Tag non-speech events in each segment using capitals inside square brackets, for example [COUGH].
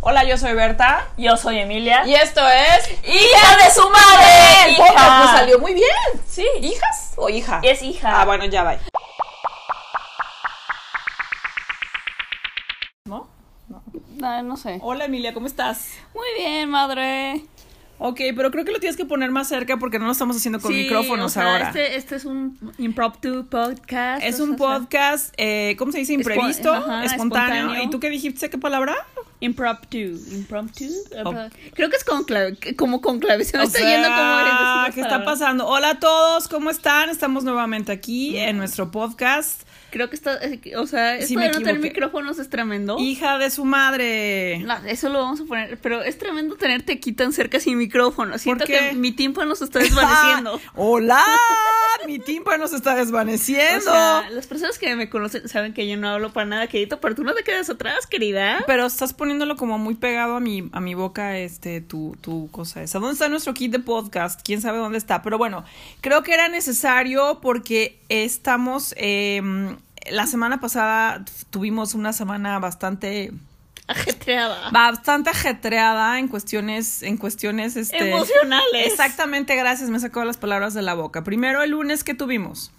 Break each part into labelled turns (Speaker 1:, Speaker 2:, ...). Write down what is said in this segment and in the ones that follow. Speaker 1: Hola, yo soy Berta.
Speaker 2: Yo soy Emilia.
Speaker 1: Y esto es.
Speaker 2: ¡Hija de su madre!
Speaker 1: El
Speaker 2: ¡Hija!
Speaker 1: podcast nos salió muy bien.
Speaker 2: Sí.
Speaker 1: ¿Hijas o hija?
Speaker 2: Es hija.
Speaker 1: Ah, bueno, ya va. ¿No?
Speaker 3: Ah, no sé.
Speaker 1: Hola, Emilia, ¿cómo estás?
Speaker 3: Muy bien, madre.
Speaker 1: Ok, pero creo que lo tienes que poner más cerca porque no lo estamos haciendo con micrófonos ahora.
Speaker 3: Este, este es un impromptu podcast.
Speaker 1: Es
Speaker 3: o
Speaker 1: un
Speaker 3: sea,
Speaker 1: podcast, eh, ¿cómo se dice? Imprevisto,
Speaker 3: ajá,
Speaker 1: espontáneo.
Speaker 3: espontáneo.
Speaker 1: ¿Y tú qué dijiste? ¿Qué palabra?
Speaker 3: Impromptu. Impromptu. Creo que es conclave. que- Como conclave. Se me
Speaker 1: O
Speaker 3: está yendo como eres.
Speaker 1: sea,
Speaker 3: esas
Speaker 1: ¿Qué está
Speaker 3: palabras.
Speaker 1: pasando? Hola a todos, ¿cómo están? Estamos nuevamente aquí en nuestro podcast.
Speaker 3: Creo que está. eh, O sea, esto
Speaker 1: Sí, me
Speaker 3: de no tener
Speaker 1: equivoqué.
Speaker 3: micrófonos es tremendo.
Speaker 1: Hija de su madre.
Speaker 3: No, eso lo vamos a poner. Pero es tremendo tenerte aquí tan cerca sin micrófono. Siento
Speaker 1: qué?
Speaker 3: que mi tímpano se está
Speaker 1: [LAUGHS]
Speaker 3: desvaneciendo.
Speaker 1: Hola, mi tímpano se está
Speaker 3: O
Speaker 1: desvaneciendo.
Speaker 3: sea, las personas que me conocen saben que yo no hablo para nada, querido, pero tú no te quedas atrás, querida.
Speaker 1: pero estás poniéndolo como muy pegado a mi, a mi boca, este, tu, tu cosa esa. ¿Dónde está nuestro kit de podcast? ¿Quién sabe dónde está? Pero bueno, creo que era necesario porque estamos, eh, la semana pasada tuvimos una semana bastante,
Speaker 3: Ajetreada.
Speaker 1: bastante ajetreada en cuestiones, en cuestiones, este...
Speaker 3: Emocionales.
Speaker 1: Exactamente, gracias, me sacó las palabras de la boca. Primero el lunes que tuvimos.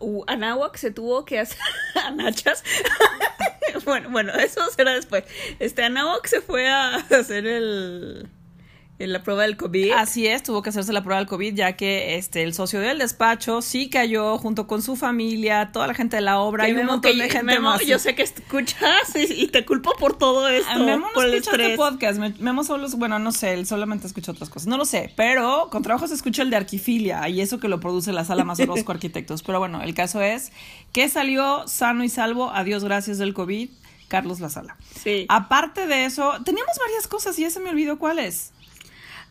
Speaker 3: Uh, Anáhuac se tuvo que hacer [LAUGHS] anachas. [LAUGHS] bueno, bueno, eso será después. Este Anáhuac se fue a hacer el, el- la prueba del COVID.
Speaker 1: Así es, tuvo que hacerse la prueba del COVID, ya que este el socio del despacho sí cayó junto con su familia, toda la gente de la obra
Speaker 3: Que
Speaker 1: y un
Speaker 3: Memo,
Speaker 1: montón
Speaker 3: que-
Speaker 1: de gente
Speaker 3: Memo,
Speaker 1: más.
Speaker 3: yo sé que escuchas y, y te culpo por todo esto.
Speaker 1: Ah, Memo no
Speaker 3: por el
Speaker 1: escucha este
Speaker 3: estrés.
Speaker 1: podcast, Me- Memo solo, es- bueno, no sé, él solamente escucha otras cosas, no lo sé, pero con trabajo se escucha el de Arquifilia y eso que lo produce la sala más
Speaker 3: [LAUGHS]
Speaker 1: Orozco Arquitectos, pero bueno, el caso es que salió sano y salvo, a Dios gracias del COVID, Carlos La Sala.
Speaker 3: Sí.
Speaker 1: Aparte de eso, teníamos varias cosas y ya se me olvidó cuáles.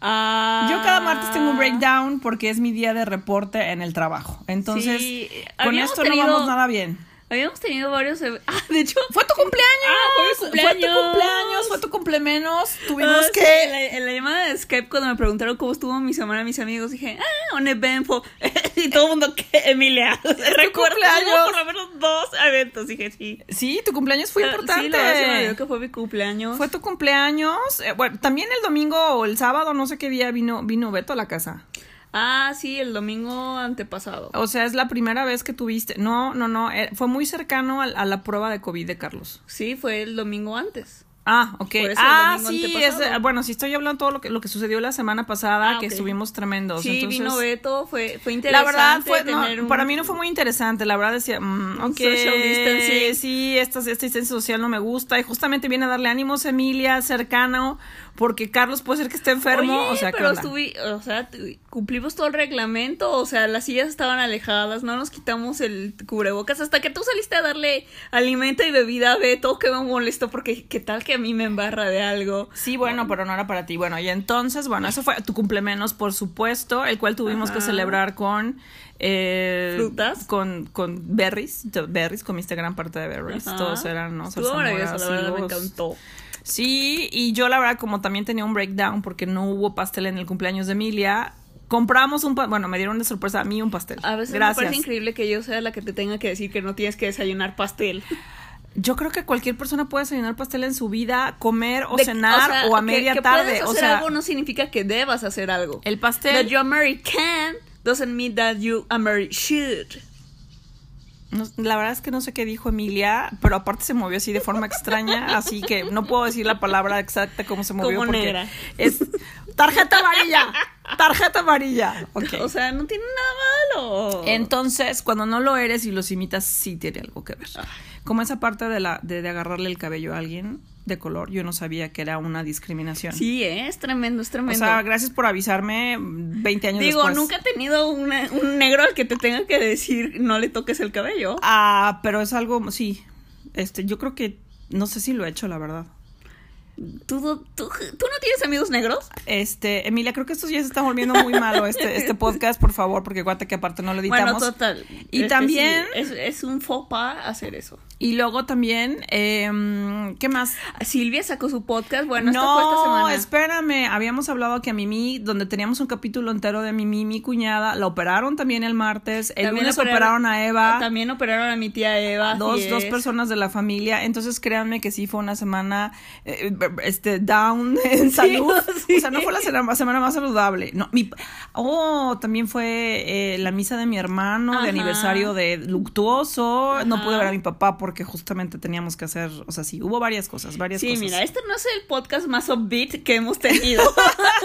Speaker 3: Ah.
Speaker 1: Yo cada martes tengo un breakdown porque es mi día de reporte en el trabajo. Entonces,
Speaker 3: Sí,
Speaker 1: con
Speaker 3: habíamos
Speaker 1: esto
Speaker 3: tenido-
Speaker 1: no vamos nada bien.
Speaker 3: Habíamos tenido varios. ev- Ah, de hecho.
Speaker 1: Fue tu cumpleaños.
Speaker 3: Ah, fue mi cumpleaños.
Speaker 1: Fue tu cumpleaños, fue tu cumplemenos. Tuvimos
Speaker 3: Ah,
Speaker 1: que
Speaker 3: sí, en la, en la llamada de Skype cuando me preguntaron cómo estuvo mi semana mis amigos dije ah un evento [LAUGHS] y todo el mundo que Emilia recuerdo
Speaker 1: cumpleaños.
Speaker 3: por lo menos dos eventos dije sí
Speaker 1: Sí, tu cumpleaños fue
Speaker 3: Ah,
Speaker 1: importante.
Speaker 3: sí la verdad se me olvidó que fue mi cumpleaños
Speaker 1: fue tu cumpleaños. Eh, bueno, también el domingo o el sábado, no sé qué día vino vino Beto a la casa.
Speaker 3: ah sí el domingo antepasado
Speaker 1: O sea, es la primera vez que tuviste. No, no, no. eh, fue muy cercano al- a, la prueba de COVID de Carlos.
Speaker 3: sí fue el domingo antes
Speaker 1: Ah, ok.
Speaker 3: Por eso el
Speaker 1: ah,
Speaker 3: domingo
Speaker 1: sí.
Speaker 3: antepasado.
Speaker 1: ese- bueno, sí estoy hablando todo lo que, lo que sucedió la semana pasada,
Speaker 3: Ah,
Speaker 1: que
Speaker 3: ok.
Speaker 1: estuvimos tremendos.
Speaker 3: sí
Speaker 1: Entonces,
Speaker 3: vino Beto fue fue
Speaker 1: La
Speaker 3: interesante
Speaker 1: verdad fue, no,
Speaker 3: tener un-
Speaker 1: para mí no fue muy interesante, la verdad decía, mm, ok,
Speaker 3: Social distancing.
Speaker 1: sí, esta, esta distancia social no me gusta y justamente viene a darle ánimos a Emilia, cercano, porque Carlos puede ser que esté enfermo,
Speaker 3: Oye,
Speaker 1: o sea, ¿qué
Speaker 3: pero
Speaker 1: onda?
Speaker 3: estuvi- o sea, tu- cumplimos todo el reglamento, o sea, las sillas estaban alejadas, no nos quitamos el cubrebocas hasta que tú saliste a darle alimento y bebida a Beto, que me molestó porque qué tal que a mí me embarra de algo.
Speaker 1: Sí, bueno, pero no era para ti. Bueno, y entonces, bueno, eso fue tu cumpleaños, por supuesto, el cual tuvimos que
Speaker 3: Ajá.
Speaker 1: celebrar con... eh,
Speaker 3: Frutas.
Speaker 1: Con, con berries, t- berries, comiste gran parte de berries,
Speaker 3: Ajá.
Speaker 1: todos eran, ¿no?
Speaker 3: Estuvo
Speaker 1: Zarzamoras,
Speaker 3: maravilloso, la verdad, me
Speaker 1: higos.
Speaker 3: encantó.
Speaker 1: Sí, y yo la verdad como también tenía un breakdown porque no hubo pastel en el cumpleaños de Emilia, compramos un pastel, bueno, me dieron de sorpresa a mí un pastel.
Speaker 3: A veces me
Speaker 1: Gracias.
Speaker 3: parece increíble que yo sea la que te tenga que decir que no tienes que desayunar pastel.
Speaker 1: Yo creo que cualquier persona puede desayunar pastel en su vida, comer o
Speaker 3: De-
Speaker 1: cenar o,
Speaker 3: sea,
Speaker 1: a
Speaker 3: que-
Speaker 1: media
Speaker 3: que puedas
Speaker 1: tarde, o
Speaker 3: hacer
Speaker 1: sea,
Speaker 3: algo no significa que debas hacer algo.
Speaker 1: el
Speaker 3: That
Speaker 1: pastel
Speaker 3: you're American doesn't mean that you Ameri should.
Speaker 1: No- la verdad es que no sé qué dijo Emilia, pero aparte se movió así de forma extraña, así que no puedo decir la palabra exacta cómo se movió
Speaker 3: Como
Speaker 1: porque
Speaker 3: negra.
Speaker 1: es tarjeta amarilla. Tarjeta amarilla. ok
Speaker 3: O sea, no tiene nada malo.
Speaker 1: Entonces, cuando no lo eres y los imitas, sí tiene algo que ver.
Speaker 3: Ah.
Speaker 1: Como esa parte de, la, de, de agarrarle el cabello a alguien de color, yo no sabía que era una discriminación.
Speaker 3: Sí, eh, es tremendo, es
Speaker 1: o
Speaker 3: tremendo.
Speaker 1: sea, gracias por avisarme mm, 20 años
Speaker 3: Digo,
Speaker 1: después.
Speaker 3: nunca he tenido una- un negro al que te tenga que decir no le toques el cabello.
Speaker 1: Ah, pero es algo, sí. Este, yo creo que, no sé si lo he hecho, la verdad.
Speaker 3: ¿Tú, tú, tú no tienes amigos negros?
Speaker 1: Este, Emilia, creo que esto ya se está volviendo muy malo, este,
Speaker 3: [LAUGHS]
Speaker 1: este podcast, por favor, porque guarda que aparte no lo editamos.
Speaker 3: Este, Bueno, total.
Speaker 1: Y también-
Speaker 3: sí, es, es un faux pas hacer eso.
Speaker 1: Y luego también, em, ¿qué más?
Speaker 3: Silvia sacó su podcast. Bueno, esta fue esta
Speaker 1: no,
Speaker 3: semana.
Speaker 1: espérame, habíamos hablado que a Mimi, donde teníamos un capítulo entero de Mimi, mi cuñada, la operaron también el martes, el
Speaker 3: También Ah,
Speaker 1: lunes operaron, a Eva,
Speaker 3: También operaron a mi tía Eva.
Speaker 1: dos,
Speaker 3: así
Speaker 1: dos
Speaker 3: es.
Speaker 1: personas de la familia, entonces créanme que sí fue una semana eh, este, down [LAUGHS] en
Speaker 3: [LAUGHS]
Speaker 1: salud,
Speaker 3: sí.
Speaker 1: o sea, no fue la sena- semana más saludable, no, mi, oh, también fue eh, la misa de mi hermano,
Speaker 3: Ajá.
Speaker 1: de aniversario de luctuoso, no
Speaker 3: Ajá.
Speaker 1: pude ver a mi papá porque justamente teníamos que hacer, o sea, sí, hubo varias cosas, varias
Speaker 3: Sí,
Speaker 1: cosas.
Speaker 3: mira, este no es el podcast más upbeat que hemos tenido.
Speaker 1: [LAUGHS]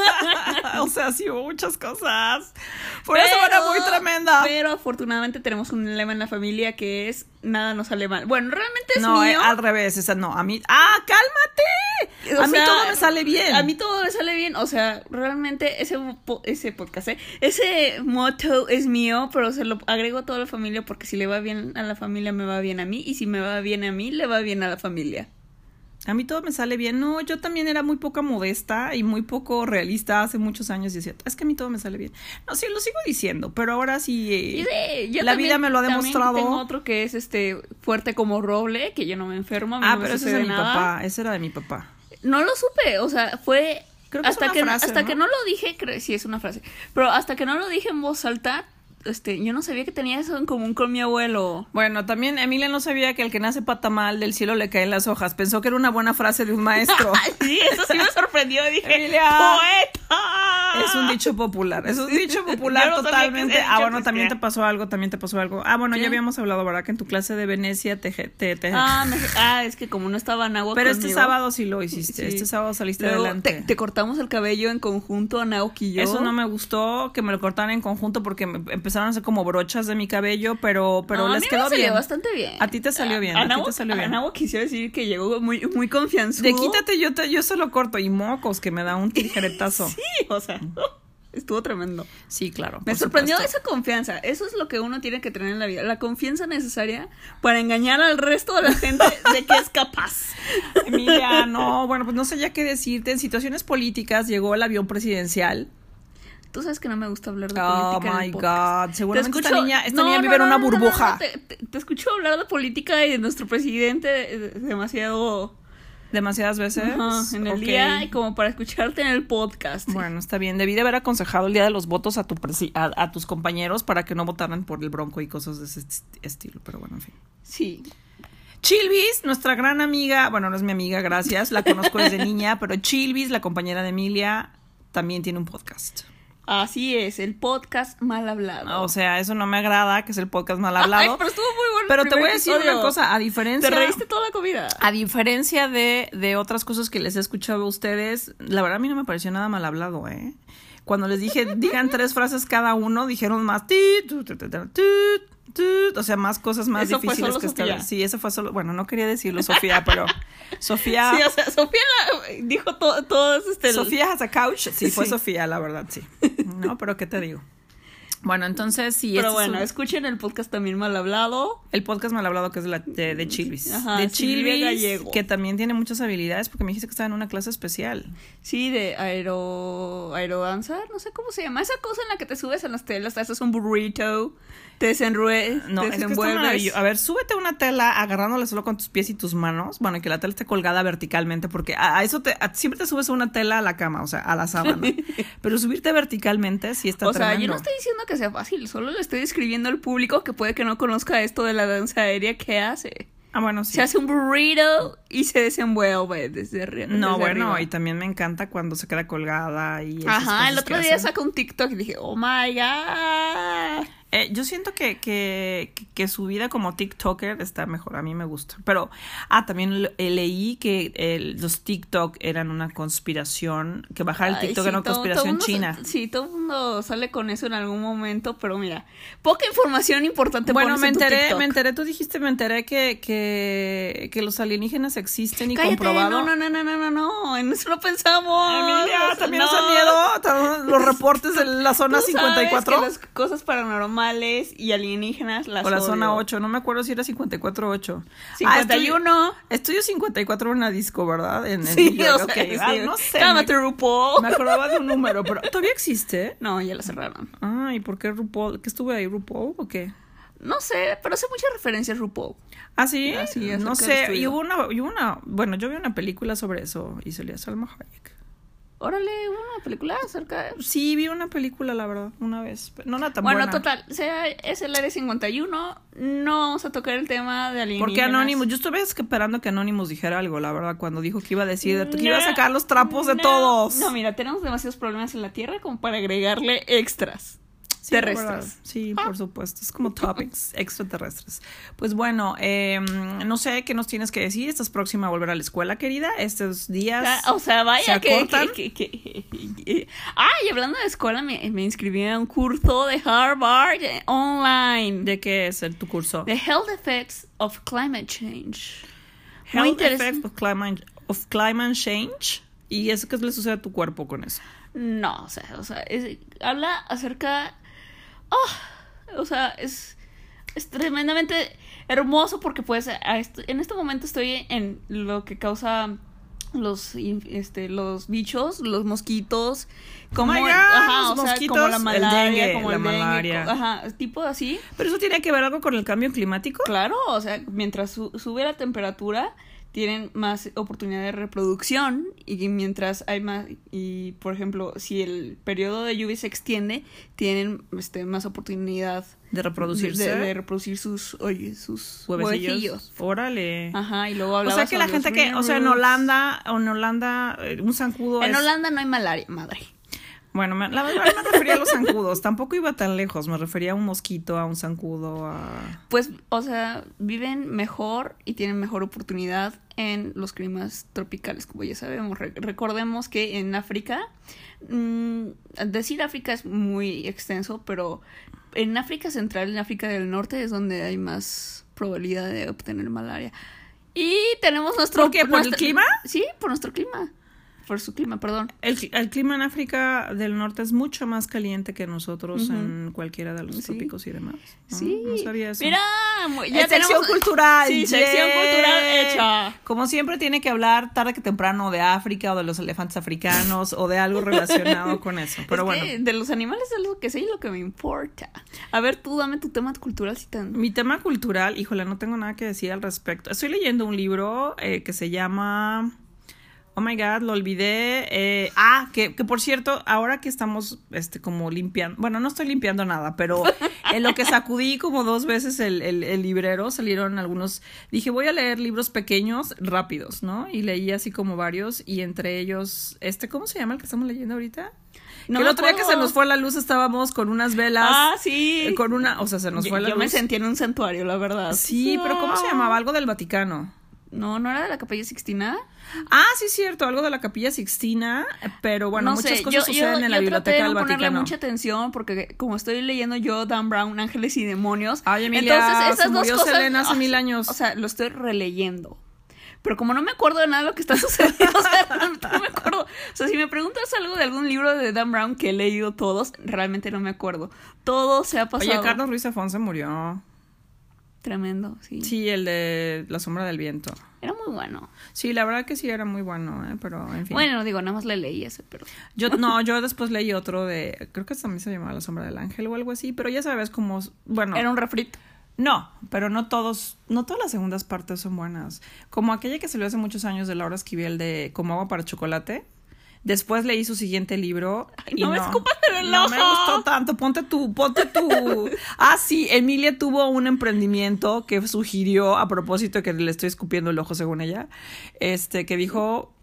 Speaker 1: o sea, sí hubo muchas cosas. Por eso era
Speaker 3: Pero-
Speaker 1: muy tremenda.
Speaker 3: Pero afortunadamente tenemos un lema en la familia que es nada nos sale mal. Bueno, realmente es
Speaker 1: no, eh,
Speaker 3: mío.
Speaker 1: al revés, esa no. A mí. ¡Ah, cálmate!
Speaker 3: O
Speaker 1: a mí
Speaker 3: sea,
Speaker 1: todo me sale bien.
Speaker 3: A mí todo me sale bien. O sea, realmente ese, po- ese podcast, ¿eh? ese motto es mío, pero se lo agrego a toda la familia porque si le va bien a la familia, me va bien a mí. Y si me va bien a mí, le va bien a la familia.
Speaker 1: A mí todo me sale bien. No, yo también era muy poca modesta y muy poco realista hace muchos años. Y decía, es que a mí todo me sale bien. No, sí, lo sigo diciendo, pero ahora sí. eh,
Speaker 3: Y de- yo
Speaker 1: la
Speaker 3: también-
Speaker 1: vida me lo ha
Speaker 3: también
Speaker 1: demostrado.
Speaker 3: Tengo otro que es este fuerte como roble, que yo no me enfermo. a mí
Speaker 1: ah,
Speaker 3: no me
Speaker 1: pero ese es de
Speaker 3: sucede
Speaker 1: mi
Speaker 3: nada.
Speaker 1: papá. Ese era de mi papá.
Speaker 3: No lo supe, o sea, fue
Speaker 1: Creo que es
Speaker 3: hasta
Speaker 1: una
Speaker 3: que
Speaker 1: frase,
Speaker 3: hasta
Speaker 1: ¿no?
Speaker 3: que no lo dije, creo, sí es una frase, pero hasta que no lo dije en voz alta, este, yo no sabía que tenía eso en común con mi abuelo.
Speaker 1: Bueno, también Emilia no sabía que el que nace pata mal del cielo le caen las hojas. Pensó que era una buena frase de un
Speaker 3: [LAUGHS]
Speaker 1: maestro.
Speaker 3: sí, eso sí me sorprendió, dije,
Speaker 1: Emilia.
Speaker 3: poeta.
Speaker 1: Es un dicho popular, es un dicho
Speaker 3: [LAUGHS] Yo
Speaker 1: popular
Speaker 3: no sabía que
Speaker 1: totalmente.
Speaker 3: ese dicho
Speaker 1: Ah, bueno, también te
Speaker 3: existía.
Speaker 1: pasó algo, también te pasó algo. Ah, bueno,
Speaker 3: ¿Qué?
Speaker 1: ya habíamos hablado, ¿verdad? Que en tu clase de Venecia te... te, te-
Speaker 3: Ah, me- ah, es que como no estaba en agua
Speaker 1: Pero este
Speaker 3: conmigo,
Speaker 1: sábado sí lo hiciste,
Speaker 3: sí.
Speaker 1: este sábado saliste
Speaker 3: Luego
Speaker 1: adelante.
Speaker 3: Te, te cortamos el cabello en conjunto a Naoki y yo.
Speaker 1: Eso no me gustó, que me lo cortaran en conjunto porque me empezaron a hacer como brochas de mi cabello, pero, pero
Speaker 3: No, a
Speaker 1: les
Speaker 3: mí me
Speaker 1: quedó
Speaker 3: salió
Speaker 1: bien.
Speaker 3: bastante bien.
Speaker 1: A ti te salió bien, a ti
Speaker 3: Nao-
Speaker 1: te salió
Speaker 3: a
Speaker 1: bien.
Speaker 3: Nao quiso decir que llegó muy, muy confianzudo.
Speaker 1: De quítate, yo, te, yo se lo corto. Y mocos, que me da
Speaker 3: [LAUGHS]
Speaker 1: un tijeretazo. sí.
Speaker 3: Sí, o sea, [LAUGHS] estuvo tremendo.
Speaker 1: claro.
Speaker 3: Me
Speaker 1: Mm. por
Speaker 3: sorprendió
Speaker 1: supuesto.
Speaker 3: esa confianza. Eso es lo que uno tiene que tener en la vida. La confianza necesaria para engañar al resto de
Speaker 1: [LAUGHS]
Speaker 3: la gente de que es capaz. [LAUGHS]
Speaker 1: Emilia, no, bueno, pues no sé ya qué decirte. En situaciones políticas llegó el avión presidencial.
Speaker 3: Tú sabes que no me gusta hablar de
Speaker 1: Oh
Speaker 3: política. en el
Speaker 1: my
Speaker 3: podcast.
Speaker 1: God.
Speaker 3: Te
Speaker 1: Seguramente esta
Speaker 3: escucho-
Speaker 1: niña, esta
Speaker 3: No,
Speaker 1: niña
Speaker 3: no,
Speaker 1: vive en
Speaker 3: no,
Speaker 1: una
Speaker 3: no, no, no,
Speaker 1: burbuja.
Speaker 3: te, te- te escucho hablar de política y de nuestro presidente eh, demasiado
Speaker 1: Demasiadas veces.
Speaker 3: ajá, en el
Speaker 1: Ok.
Speaker 3: día y como para escucharte en el podcast.
Speaker 1: Bueno, está bien. Debí de haber aconsejado el día de los votos a, tu presi- a, a tus compañeros para que no votaran por el bronco y cosas de ese est- estilo. Pero bueno, en fin.
Speaker 3: Sí.
Speaker 1: Chilvis, nuestra gran amiga, bueno, no es mi amiga, gracias, la conozco desde
Speaker 3: [LAUGHS]
Speaker 1: niña, pero Chilvis, la compañera de Emilia, también tiene un podcast.
Speaker 3: Así es, el podcast mal hablado.
Speaker 1: Ah, O sea, eso no me agrada, que es el podcast mal
Speaker 3: Ay,
Speaker 1: hablado.
Speaker 3: pero estuvo muy bueno. el
Speaker 1: Pero te
Speaker 3: primer
Speaker 1: voy a decir
Speaker 3: episodio.
Speaker 1: una cosa, a diferencia...
Speaker 3: Te reíste toda la comida.
Speaker 1: A diferencia de, de otras cosas que les he escuchado a ustedes, la verdad a mí no me pareció nada mal hablado, ¿eh? Cuando les dije,
Speaker 3: [LAUGHS]
Speaker 1: digan tres frases cada uno, dijeron más... tit, tu, tu, tu, tu, tu, tu, O sea, más cosas más
Speaker 3: Eso fue
Speaker 1: difíciles
Speaker 3: solo
Speaker 1: que esta
Speaker 3: Sofía.
Speaker 1: vez. Sí, eso fue solo... Bueno, no quería decirlo, Sofía,
Speaker 3: [LAUGHS]
Speaker 1: pero... Sofía...
Speaker 3: Sí, o sea, Sofía la- dijo to- todos este
Speaker 1: Sofía has a couch. Sí, fue
Speaker 3: Sí.
Speaker 1: Sofía, la verdad, sí. No, pero ¿qué te digo? Bueno, entonces sí... este
Speaker 3: Pero
Speaker 1: es
Speaker 3: bueno,
Speaker 1: un-
Speaker 3: escuchen el podcast también mal hablado.
Speaker 1: El podcast mal hablado que es de, la, de, de Chilvis.
Speaker 3: Ajá,
Speaker 1: de
Speaker 3: Silvia
Speaker 1: Chilvis,
Speaker 3: Gallego.
Speaker 1: que también tiene muchas habilidades porque me dijiste que estaba en una clase especial.
Speaker 3: Sí, de aero aerodanza, no sé cómo se llama, esa cosa en la que te subes en las telas, te haces un burrito, te desenrue-
Speaker 1: No,
Speaker 3: te
Speaker 1: es que está ah,
Speaker 3: desenvuelves.
Speaker 1: maravilloso. A ver, súbete a una tela agarrándola solo con tus pies y tus manos. Bueno, y que la tela esté colgada verticalmente, porque a, a eso te, a- siempre te subes a una tela a la cama, o sea, a la sábana. Pero subirte verticalmente sí está
Speaker 3: o sea, yo
Speaker 1: tremendo.
Speaker 3: no estoy diciendo que sea fácil, solo le estoy describiendo al público que puede que no conozca esto de la danza aérea que hace.
Speaker 1: Ah, bueno, sí.
Speaker 3: Se hace un burrito y se desenvuelve desde, arri-
Speaker 1: No,
Speaker 3: desde
Speaker 1: bueno,
Speaker 3: arriba.
Speaker 1: y también me encanta cuando se queda colgada y... esas
Speaker 3: Ajá, el
Speaker 1: cosas que
Speaker 3: otro día
Speaker 1: hacen.
Speaker 3: sacó un TikTok y dije, oh my god.
Speaker 1: Eh, yo siento que, que, que su vida como TikToker está mejor, a mí me gusta. Pero, ah, también le- eh, leí que el- los TikTok eran una conspiración, que bajar el
Speaker 3: Ay,
Speaker 1: TikTok
Speaker 3: sí,
Speaker 1: era una
Speaker 3: todo- todo
Speaker 1: conspiración
Speaker 3: mundo-
Speaker 1: china.
Speaker 3: Sí, todo el mundo sale con eso en algún momento, pero mira, poca información importante
Speaker 1: Bueno,
Speaker 3: pones
Speaker 1: me
Speaker 3: en tu
Speaker 1: enteré,
Speaker 3: TikTok.
Speaker 1: me enteré, tú dijiste, me enteré que, que, que los alienígenas existen y
Speaker 3: Cállate,
Speaker 1: comprobado.
Speaker 3: no, no, no, no, no, no, no, en eso no pensamos.
Speaker 1: Emilia, también
Speaker 3: No.
Speaker 1: nos da miedo también los reportes de la
Speaker 3: [LAUGHS] Tú
Speaker 1: zona
Speaker 3: sabes
Speaker 1: 54
Speaker 3: que las cosas paranormales y alienígenas las
Speaker 1: o la
Speaker 3: odio.
Speaker 1: zona 8, no me acuerdo si era 54 o 8. Ah, estoy-
Speaker 3: 51.
Speaker 1: Estudio 54 en una disco, ¿verdad? En, en
Speaker 3: sí,
Speaker 1: New York,
Speaker 3: o sea,
Speaker 1: ok. Ah,
Speaker 3: sí.
Speaker 1: no sé.
Speaker 3: Cálmate,
Speaker 1: Me,
Speaker 3: RuPaul.
Speaker 1: me acordaba de un número, pero ¿todavía existe?
Speaker 3: No, ya la cerraron.
Speaker 1: Ay, ¿por qué RuPaul? ¿Qué estuve ahí, RuPaul o qué?
Speaker 3: No sé, pero hace muchas referencias RuPaul.
Speaker 1: ¿Ah, sí?
Speaker 3: Ah, sí,
Speaker 1: no
Speaker 3: acerca del
Speaker 1: sé. Y
Speaker 3: estudio.
Speaker 1: hubo una, y hubo una. Bueno, yo vi una película sobre eso y salía Salma Hayek.
Speaker 3: Órale, una película acerca de...
Speaker 1: Sí, vi una película, la verdad, una vez. pero No, nada tan
Speaker 3: bueno,
Speaker 1: buena.
Speaker 3: total, sea, es el área 51. No vamos a tocar el tema de alienígenas.
Speaker 1: Porque Anonymous, yo estuve esperando que Anonymous dijera algo, la verdad, cuando dijo que iba a decir, que iba a sacar los trapos de
Speaker 3: No,
Speaker 1: todos.
Speaker 3: No, mira, tenemos demasiados problemas en la Tierra como para agregarle extras
Speaker 1: Sí, la verdad.
Speaker 3: terrestres.
Speaker 1: Sí, por supuesto, es como
Speaker 3: [LAUGHS]
Speaker 1: topics extraterrestres. Pues bueno, eh, no sé qué nos tienes que decir, estás próxima a volver a la escuela, querida, estos días...
Speaker 3: Ah, O sea, vaya
Speaker 1: ¿Se
Speaker 3: que,
Speaker 1: acortan?
Speaker 3: que- que- que- que- Ah, y hablando de escuela, me, me inscribí a un curso de Harvard eh, online.
Speaker 1: ¿De qué es el, tu curso?
Speaker 3: The Health Effects of Climate Change. Muy
Speaker 1: Health Effects
Speaker 3: interesante.
Speaker 1: of Climate, of Climate Change. ¿Y eso qué le sucede a tu cuerpo con eso?
Speaker 3: No, o sea, o sea es- habla acerca... Oh, o sea, es, es tremendamente hermoso porque pues a esto- en este momento estoy en lo que causa los in- este los bichos, los mosquitos, como
Speaker 1: Oh my God, los
Speaker 3: o sea,
Speaker 1: mosquitos,
Speaker 3: como la
Speaker 1: el
Speaker 3: malaria,
Speaker 1: dengue,
Speaker 3: como
Speaker 1: la
Speaker 3: el dengue,
Speaker 1: malaria.
Speaker 3: co- ajá, tipo así.
Speaker 1: ¿Pero eso tiene que ver algo con el cambio climático?
Speaker 3: Claro, o sea, mientras su- sube la temperatura, tienen más oportunidad de reproducción y mientras hay más, y por ejemplo, si el periodo de lluvia se extiende, tienen este, más oportunidad
Speaker 1: De reproducirse.
Speaker 3: de, de reproducir sus, oye, sus
Speaker 1: Huevecillos.
Speaker 3: huevecillos.
Speaker 1: Órale.
Speaker 3: Ajá, y luego
Speaker 1: o
Speaker 3: hablaba
Speaker 1: sea que la
Speaker 3: sobre los
Speaker 1: gente que, o sea, en
Speaker 3: minerals.
Speaker 1: Holanda, o en Holanda, eh, un zancudo
Speaker 3: En
Speaker 1: es-
Speaker 3: Holanda no hay malaria, madre.
Speaker 1: Bueno, me- la verdad me refería a los zancudos, tampoco iba tan lejos, me refería a un mosquito, a un zancudo, a...
Speaker 3: Pues, o sea, viven mejor y tienen mejor oportunidad en los climas tropicales, como ya sabemos. Re- recordemos que en África, mm, decir África es muy extenso, pero en África Central, en África del Norte es donde hay más probabilidad de obtener malaria. Y tenemos nuestro...
Speaker 1: ¿Por qué? ¿Por el
Speaker 3: nuestra-
Speaker 1: clima?
Speaker 3: Sí, por nuestro clima. Por su clima, perdón.
Speaker 1: El, cli- el clima en África del Norte es mucho más caliente que nosotros
Speaker 3: Ujú.
Speaker 1: en cualquiera de los
Speaker 3: Sí.
Speaker 1: trópicos y demás. ¿no?
Speaker 3: Sí.
Speaker 1: Ah, No sabía eso.
Speaker 3: Mira, mu- ya
Speaker 1: Eh, sección
Speaker 3: tenemos...
Speaker 1: cultural.
Speaker 3: Sí, sección
Speaker 1: yay.
Speaker 3: cultural hecha.
Speaker 1: Como siempre tiene que hablar tarde que temprano de África o de los elefantes africanos o de algo
Speaker 3: [LAUGHS]
Speaker 1: relacionado con eso. Pero
Speaker 3: Es
Speaker 1: bueno.
Speaker 3: que de los animales es lo que sé y lo que me importa. A ver, tú dame tu tema cultural si tan...
Speaker 1: Mi tema cultural, híjole, no tengo nada que decir al respecto. Estoy leyendo un libro eh, que se llama... Oh my God, lo olvidé. eh, ah, que, que por cierto, ahora que estamos este, como limpiando, bueno, no estoy limpiando nada,
Speaker 3: [LAUGHS]
Speaker 1: pero en lo que sacudí como dos veces el, el- el librero, salieron algunos, dije, voy a leer libros pequeños rápidos, ¿no? Y leí así como varios, y entre ellos, este, ¿cómo se llama el que estamos leyendo ahorita? que
Speaker 3: No
Speaker 1: el
Speaker 3: me
Speaker 1: otro día que
Speaker 3: acuerdo.
Speaker 1: se nos fue la luz estábamos con unas velas.
Speaker 3: Ah, sí.
Speaker 1: eh, Con una, o sea, se nos
Speaker 3: yo
Speaker 1: fue la
Speaker 3: yo
Speaker 1: luz.
Speaker 3: me sentí en un santuario, la verdad.
Speaker 1: Sí, pero ¿cómo se llamaba? Algo del Vaticano.
Speaker 3: No, no era de la Capilla Sixtina.
Speaker 1: Ah, sí, cierto, algo de la Capilla Sixtina, pero bueno,
Speaker 3: no
Speaker 1: muchas
Speaker 3: sé,
Speaker 1: cosas
Speaker 3: yo- yo-
Speaker 1: suceden en la
Speaker 3: yo traté de
Speaker 1: Biblioteca del
Speaker 3: no ponerle
Speaker 1: Vaticano.
Speaker 3: mucha atención porque como estoy leyendo yo Dan Brown, Ángeles y Demonios,
Speaker 1: Ay, Emilia,
Speaker 3: entonces esas
Speaker 1: se
Speaker 3: dos
Speaker 1: murió
Speaker 3: cosas
Speaker 1: Selena hace
Speaker 3: ah,
Speaker 1: mil años.
Speaker 3: O sea, lo estoy releyendo. Pero como no me acuerdo de nada de lo que está [LAUGHS] sucediendo, o sea, realmente no me acuerdo. O sea, si me preguntas algo de algún libro de Dan Brown que he leído todos, realmente no me acuerdo. Todo se ha pasado.
Speaker 1: Oye, Carlos Ruiz Zafón se murió.
Speaker 3: Tremendo, sí.
Speaker 1: Sí, el de La Sombra del Viento.
Speaker 3: Era muy bueno.
Speaker 1: Sí, la verdad que sí era muy bueno, ¿eh? pero en fin.
Speaker 3: Bueno, digo, nada más le leí ese, pero...
Speaker 1: Yo,
Speaker 3: [LAUGHS]
Speaker 1: no, yo después leí otro de, creo que también se llamaba La Sombra del Ángel o algo así, pero ya sabes cómo, bueno.
Speaker 3: Era un refrito.
Speaker 1: No, pero no todos, no todas las segundas partes son buenas. Como aquella que salió hace muchos años de Laura Esquivel de Como agua para chocolate. Después leí su siguiente libro.
Speaker 3: Ay, no me escupas en el
Speaker 1: no me
Speaker 3: ojo.
Speaker 1: gustó tanto. Ponte tú, ponte
Speaker 3: [LAUGHS]
Speaker 1: tú. Ah, sí, Emilia tuvo un emprendimiento que sugirió, a propósito que le estoy escupiendo el ojo según ella, este, que dijo,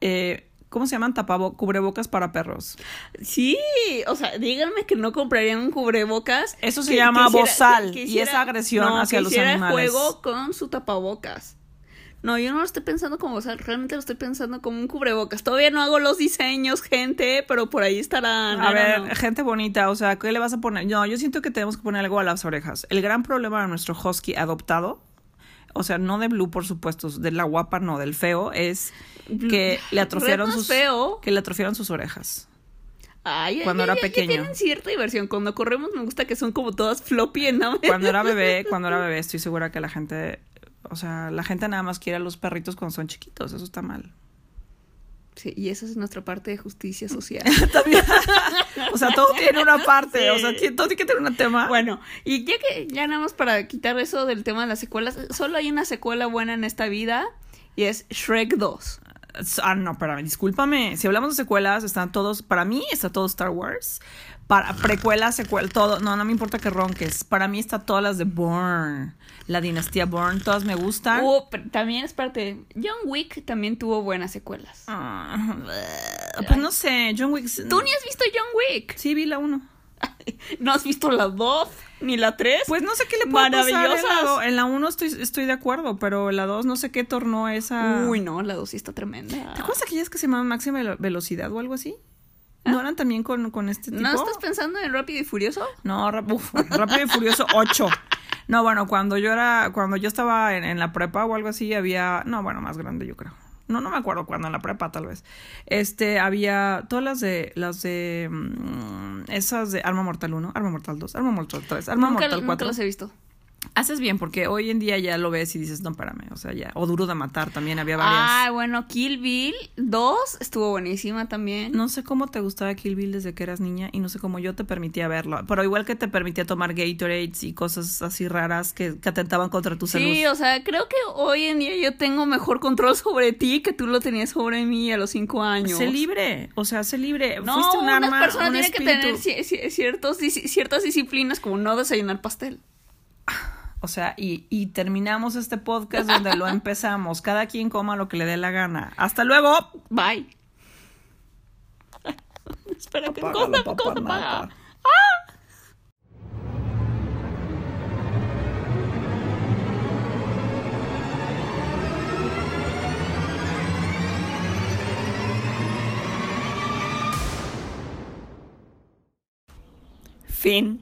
Speaker 1: eh, ¿cómo se llaman? Tapabo, cubrebocas para perros.
Speaker 3: Sí, o sea, díganme que no comprarían un cubrebocas.
Speaker 1: Eso se
Speaker 3: que-
Speaker 1: llama
Speaker 3: que hiciera-
Speaker 1: bozal,
Speaker 3: que- que
Speaker 1: y
Speaker 3: hiciera-
Speaker 1: es agresión
Speaker 3: no,
Speaker 1: hacia
Speaker 3: que
Speaker 1: los
Speaker 3: hiciera
Speaker 1: animales.
Speaker 3: juego con su tapabocas. No, yo no lo estoy pensando como bozal, realmente lo estoy pensando como un cubrebocas. Todavía no hago los diseños, gente, pero por ahí estarán.
Speaker 1: A
Speaker 3: I don't
Speaker 1: ver,
Speaker 3: know.
Speaker 1: gente bonita, o sea, ¿qué le vas a poner? No, yo siento que tenemos que poner algo a las orejas. El gran problema de nuestro husky adoptado, o sea, no de Blue, por supuesto, de la guapa, no, del feo, es que le atrofiaron
Speaker 3: Red no es
Speaker 1: sus
Speaker 3: feo.
Speaker 1: que le atrofiaron sus orejas.
Speaker 3: Ay,
Speaker 1: cuando
Speaker 3: ay,
Speaker 1: era
Speaker 3: ay, ay,
Speaker 1: pequeño.
Speaker 3: tienen cierta diversión. Cuando corremos me gusta que son como todas floppy, ¿no?
Speaker 1: Cuando era [LAUGHS] bebé, cuando era bebé, estoy segura que la [LAUGHS] gente, o sea, la gente nada más quiere a los perritos cuando son chiquitos, eso está mal.
Speaker 3: Sí, y esa es nuestra parte de justicia social.
Speaker 1: También. o sea, todo tiene una parte.
Speaker 3: Sí.
Speaker 1: O sea, ti- todo tiene que tener un tema.
Speaker 3: Bueno, y ya que ya nada más para quitar eso del tema de las secuelas, solo hay una secuela buena en esta vida y es Shrek 2.
Speaker 1: Ah, no, espérame, discúlpame. Si hablamos de secuelas, están todos. Para mí está todo Star Wars. Para precuelas, secuelas, todo. No, no me importa que ronques. Para mí está todas las de Bourne. La dinastía Bourne, todas me gustan.
Speaker 3: Hubo- pero también es parte. John Wick también tuvo buenas secuelas.
Speaker 1: Ah, pues no sé, John Wick.
Speaker 3: Tú ni has visto John Wick.
Speaker 1: Sí, vi la 1.
Speaker 3: No has visto la 2 ni la 3.
Speaker 1: Pues no sé qué le puede pasar en la
Speaker 3: Maravillosas.
Speaker 1: do- En la 1 estoy, estoy de acuerdo, pero en la 2 no sé qué tornó esa.
Speaker 3: Uy, no, la 2 sí está tremenda.
Speaker 1: ah. ¿Te acuerdas aquellas que se llamaban máxima velo- velocidad o algo así? ¿No eran también con, con este tipo?
Speaker 3: Ah. ¿No estás pensando en Rápido y Furioso?
Speaker 1: No, rap- uf, Rápido y Furioso 8. No, bueno, cuando yo era, cuando yo estaba en, en la prepa o algo así, había, no, bueno, más grande yo creo. No, no me acuerdo cuando en la prepa tal vez. Este, había todas las de, las de, mm, esas de Arma Mortal 1, Arma Mortal 2, Arma Mortal 3, Arma
Speaker 3: nunca,
Speaker 1: Mortal
Speaker 3: nunca
Speaker 1: 4.
Speaker 3: los he visto.
Speaker 1: Haces bien porque hoy en día ya lo ves y dices, no, espérame, o sea, ya, o Duro de Matar también había varias.
Speaker 3: Ah, bueno, Kill Bill 2 estuvo buenísima también.
Speaker 1: No sé cómo te gustaba Kill Bill desde que eras niña y no sé cómo yo te permitía verlo. Pero igual que te permitía tomar Gatorades y cosas así raras que, que atentaban contra tu salud.
Speaker 3: Sí, o sea, creo que hoy en día yo tengo mejor control sobre ti que tú lo tenías sobre mí a los cinco años.
Speaker 1: sé libre, o sea, sé libre. Pues,
Speaker 3: No,
Speaker 1: Fuiste un
Speaker 3: una
Speaker 1: arma,
Speaker 3: persona
Speaker 1: un
Speaker 3: tiene que
Speaker 1: espíritu.
Speaker 3: tener ci- ci- ciertos, dis- ciertas disciplinas como no desayunar pastel.
Speaker 1: O sea, y, y terminamos este podcast donde
Speaker 3: [LAUGHS]
Speaker 1: lo empezamos. Cada quien coma lo que le dé la gana. Hasta luego. [LAUGHS]
Speaker 3: Bye. Espera, que
Speaker 1: Apágalo,
Speaker 3: cosa,
Speaker 1: papá,
Speaker 3: cosa apaga.
Speaker 1: nada.
Speaker 3: Fin.